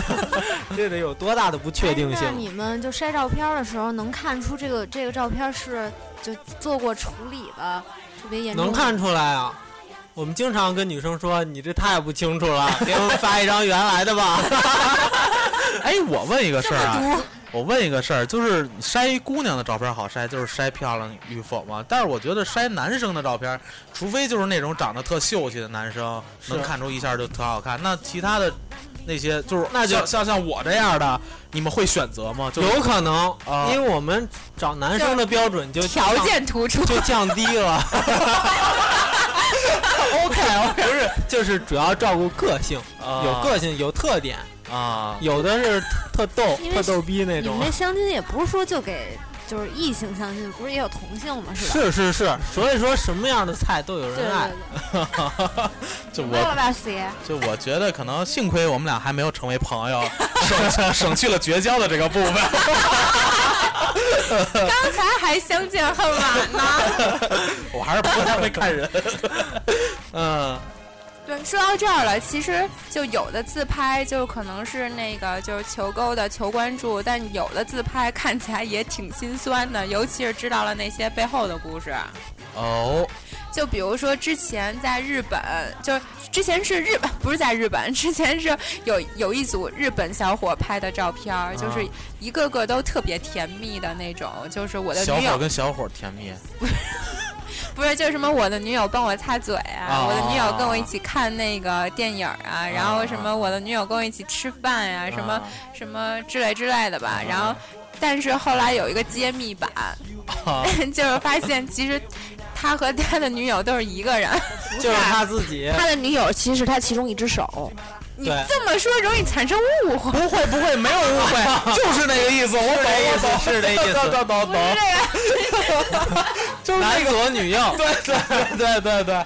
这得有多大的不确定
哎那
性？
你们就筛照片的时候，能看出这个这个照片是就做过处理的，特别严重。
能看出来啊。我们经常跟女生说：“你这太不清楚了，给我们发一张原来的吧。”
哎，我问一个事儿啊，我问一个事儿，就是筛一姑娘的照片好筛，就是筛漂亮与否嘛。但是我觉得筛男生的照片，除非就是那种长得特秀气的男生，
是
能看出一下就特好看。那其他的那些就是
那就
像像像我这样的，你们会选择吗？就是
有可能，
啊
因为我们找男生的标准就
条件突出
降， 就降低 了。OK OK，不是，就是主要照顾个性，有
啊
个性，有特点，
啊，
有的是特逗、
因为
特逗逼那
你
种
们。这相亲也不是说就给就是异性相亲，不是也有同性吗？吧？
是是是，所以说什么样的菜都有
对对
人爱。
对，
就
没有了
我
吧，四爷？
就我觉得可能幸亏我们俩还没有成为朋友， 省省去了绝交的这个部分。
刚才还相见恨晚 呢。
我还是不太会看人。嗯，
对，说到这儿了，其实就有的自拍就可能是那个就是求勾的、求关注，但有的自拍看起来也挺心酸的，尤其是知道了那些背后的故事。
哦，
就比如说之前在日本，就之前是日本，不是在日本，之前是有有一组日本小伙拍的照片儿，就是
啊
一个个都特别甜蜜的那种，就是我的
小
女
伙
友
跟小伙甜蜜。
不是，就是什么我的女友帮我擦嘴啊，
啊
我的女友跟我一起看那个电影啊，然后什么我的女友跟我一起吃饭呀、
啊
什么、什么之类之类的吧，然后。但是后来有一个揭秘版，
啊
就是发现其实他和他的女友都是一个人，
就是他自己
他的女友其实是他其中一只手，
你
对
这么说容易产生误会。
不会不会，没有误会， 就是那个意思，我懂
这意思
我懂，
是这意思
懂懂懂懂， 就是
男
那个，
左女右，
对对对对对，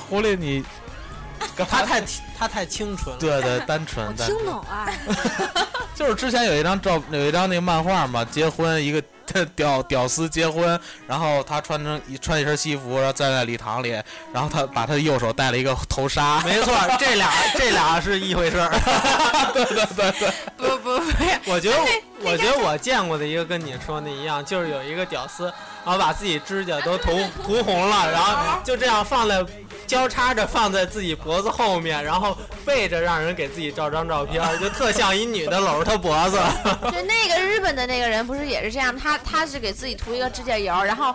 狐狸你，
他太他太清纯了。
对对单
我
纯，单
听
纯
懂啊，
就是之前有一张照，有一张那个漫画嘛，结婚一个屌屌丝结婚，然后他穿成一穿一身西服，然后站在礼堂里，然后他把他的右手戴了一个头纱，
没错，这俩这俩是一回事儿。
不不不，
我觉得，我觉得我见过的一个跟你说的一样，就是有一个屌丝，然后把自己指甲都涂涂红了，然后就这样放在交叉着放在自己脖子后面，然后背着让人给自己照张照 片，就特像一女的搂着他脖子。
就那个日本的那个人不是也是这样，他他是给自己涂一个指甲油，然后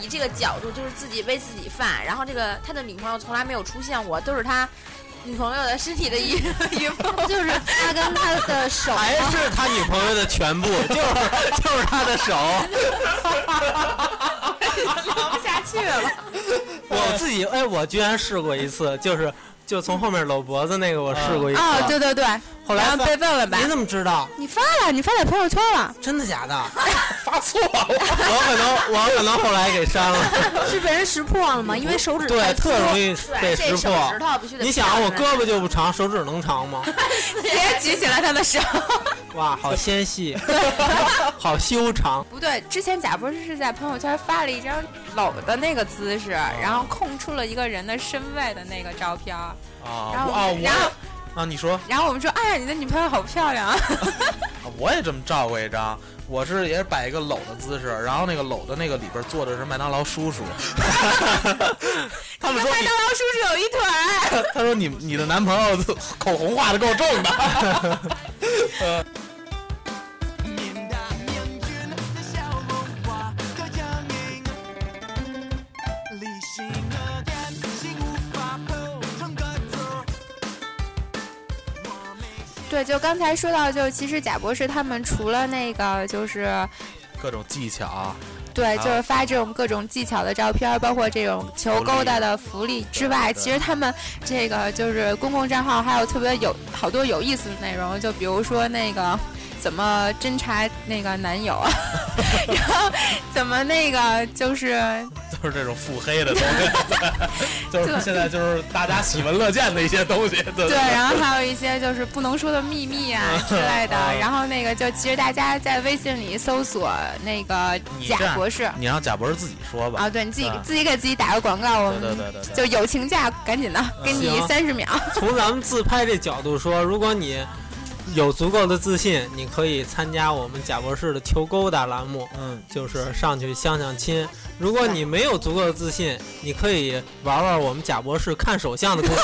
以这个角度就是自己为自己犯，然后这个他的女朋友从来没有出现过，都是他女朋友的身体的 一一部分，
就是他跟他的手啊
还 是他女朋友的全部，就是就是他的手。
聊不下去了。
我自己哎，我居然试过一次，就是就从后面搂脖子那个，我试过一次。啊
哦，对对对，
后来
然后
发
被问了吧
你？怎么知道？
你发了，你发在朋友圈了，
真的假的？ 发错了，我可能我可能后来给删了。
是被人识破了吗？因为手指
对，
太
特容易
对，
被识
这手
破
指。头必须得。
你想，我胳膊就不长，手指能长吗？
别举起来他的手。
哇，好纤细，好修长。
不对，之前贾博士是在朋友圈发了一张搂的那个姿势，然后空出了一个人的身位的那个照片。然
啊
后
我
我
啊
们，然后
我啊，你说，
然后我们说，哎呀，你的女朋友好漂亮啊！
啊我也这么照过一张，我是也是摆一个搂的姿势，然后那个搂的那个里边坐的是麦当劳叔叔， 他
麦
们说
当
你，
劳叔叔有一腿儿。
他说你你的男朋友口红画的够重的。
理性的感性无法沟通的字。
对，就刚才说到，就其实贾博士他们除了那个就是。
各种技巧，
对，
啊
就是发这种各种技巧的照片儿，包括这种求勾搭的福利之外，
对
其实他们这个就是公共账号还有特别有好多有意思的内容，就比如说那个怎么侦查那个男友 啊，然后怎么那个就是
就是这种腹黑的东西，就是现在就是大家喜闻乐见的一些东西，对
对，然后还有一些就是不能说的秘密啊之类的，然后那个就其实大家在微信里搜索那个
你这
贾
样
博士。
你让贾博士自己说吧。
啊，对，你自己
对
自己给自己打个广告，我
对对
们
对对对
就友情价，赶紧的，给你
行
三十秒。
从咱们自拍这角度说，如果你有足够的自信，你可以参加我们贾博士的求勾搭栏目。
嗯，
就是上去相相亲。如果你没有足够的自信，你可以玩玩我们贾博士看手相的功夫。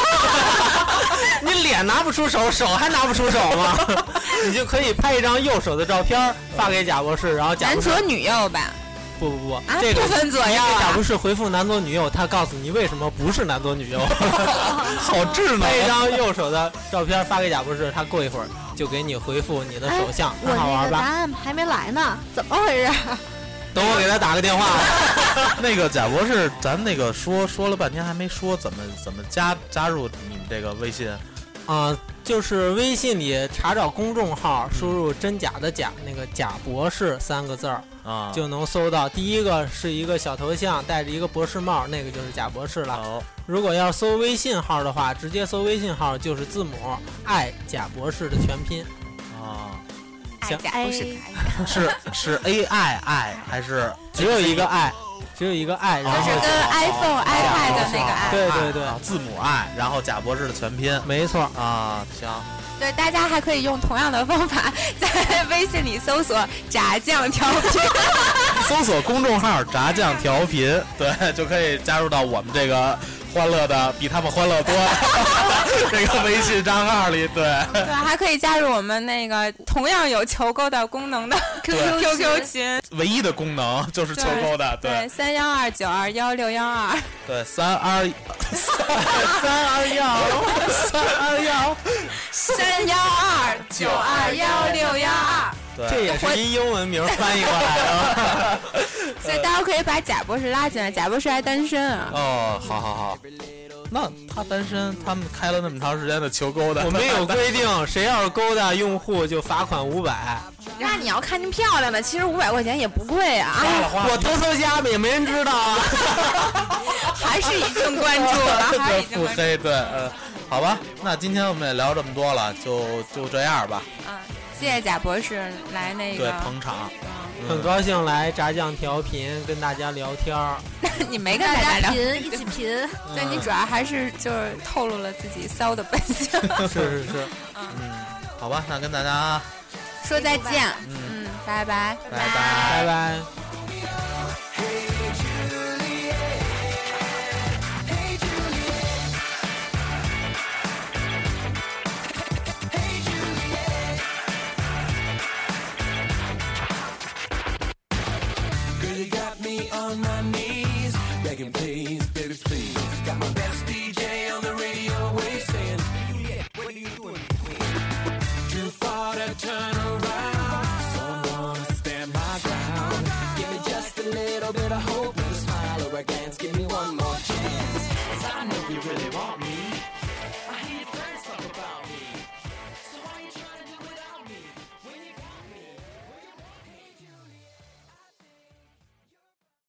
你脸拿不出手，手还拿不出手吗？ 你就可以拍一张右手的照片儿发给贾博士，然后贾
男
博士
左女右吧，
不不不，
啊，
这个
不分左右
给贾
啊。
博士回复男左女右，他告诉你为什么不是男左 女右。
好智
啊
能
拍一张右手的照片发给贾博士，他过一会儿就给你回复你的手相，
哎我
很好
那
玩
个答
吧？
案还没来呢，怎么回事？
等我给他打个电话。啊
那个贾博士，咱那个说说了半天还没说怎么怎么加加入你们这个微信，
啊、就是微信里查找公众号，输入“真假的假”那个“贾博士”三个字儿，
啊，
就能搜到。第一个是一个小头像，戴着一个博士帽，那个就是贾博士了。
好，
如果要搜微信号的话，直接搜微信号就是字母“爱贾博士”的全拼，
啊，
哎
行
贾博士，
是是 A I I 还是
只有一个“爱”，只有一个“爱”。然
就
后
是跟 iPhone、iPad 的那个
啊
i。
对对对
啊字母 I，然后贾博士的全拼
没错，
啊，行，
对，大家还可以用同样的方法，在微信里搜索“炸酱调频
搜索公众号“炸酱调频”，对，就可以加入到我们这个欢乐的比他们欢乐多 这个微信账号里，对。”，
对，啊还可以加入我们那个同样有求购的功能的
对
QQ 群，
唯一的功能就是秋
对
勾的，
对，三幺二九二幺六幺二。
对，三二三二幺三二幺，
三幺二九二幺六幺二。
对，
这也是一英文名翻译过来的。
所以大家可以把贾博士拉进来，贾博士还单身啊。
哦，好好好，那他单身，他们开了那么长时间的求勾搭，
我们有规定，谁要是勾搭用户就罚款五百。
那你要看见漂亮的，其实五百块钱也不贵啊，
花了花
我偷偷加也没人知道啊。
还是已经关注 了，还是已
对
经
腹
关注。
黑， 对，呃，好吧，那今天我们也聊这么多了，就就这样吧。
嗯，谢谢贾博士来那
对
个，，
捧场，
很高兴来炸酱调频跟大家聊天儿，
你没跟
大
大
家
家聊，
贫一起贫，
对你主要还是就是透露了自己骚的本性。
是是是，
嗯，好吧，那跟大家，
说再见，
嗯，
嗯，拜拜。
拜拜。
拜拜。
Girl, you got me on my knees, begging please, baby please. Got my best DJ on the radio wave saying, Juliet, what are you doing? Too far to turn around, so I'm gonna stand my ground. Give me just a little bit of hope, and a smile or a glance, give me one more chance. 'Cause I know you really want me.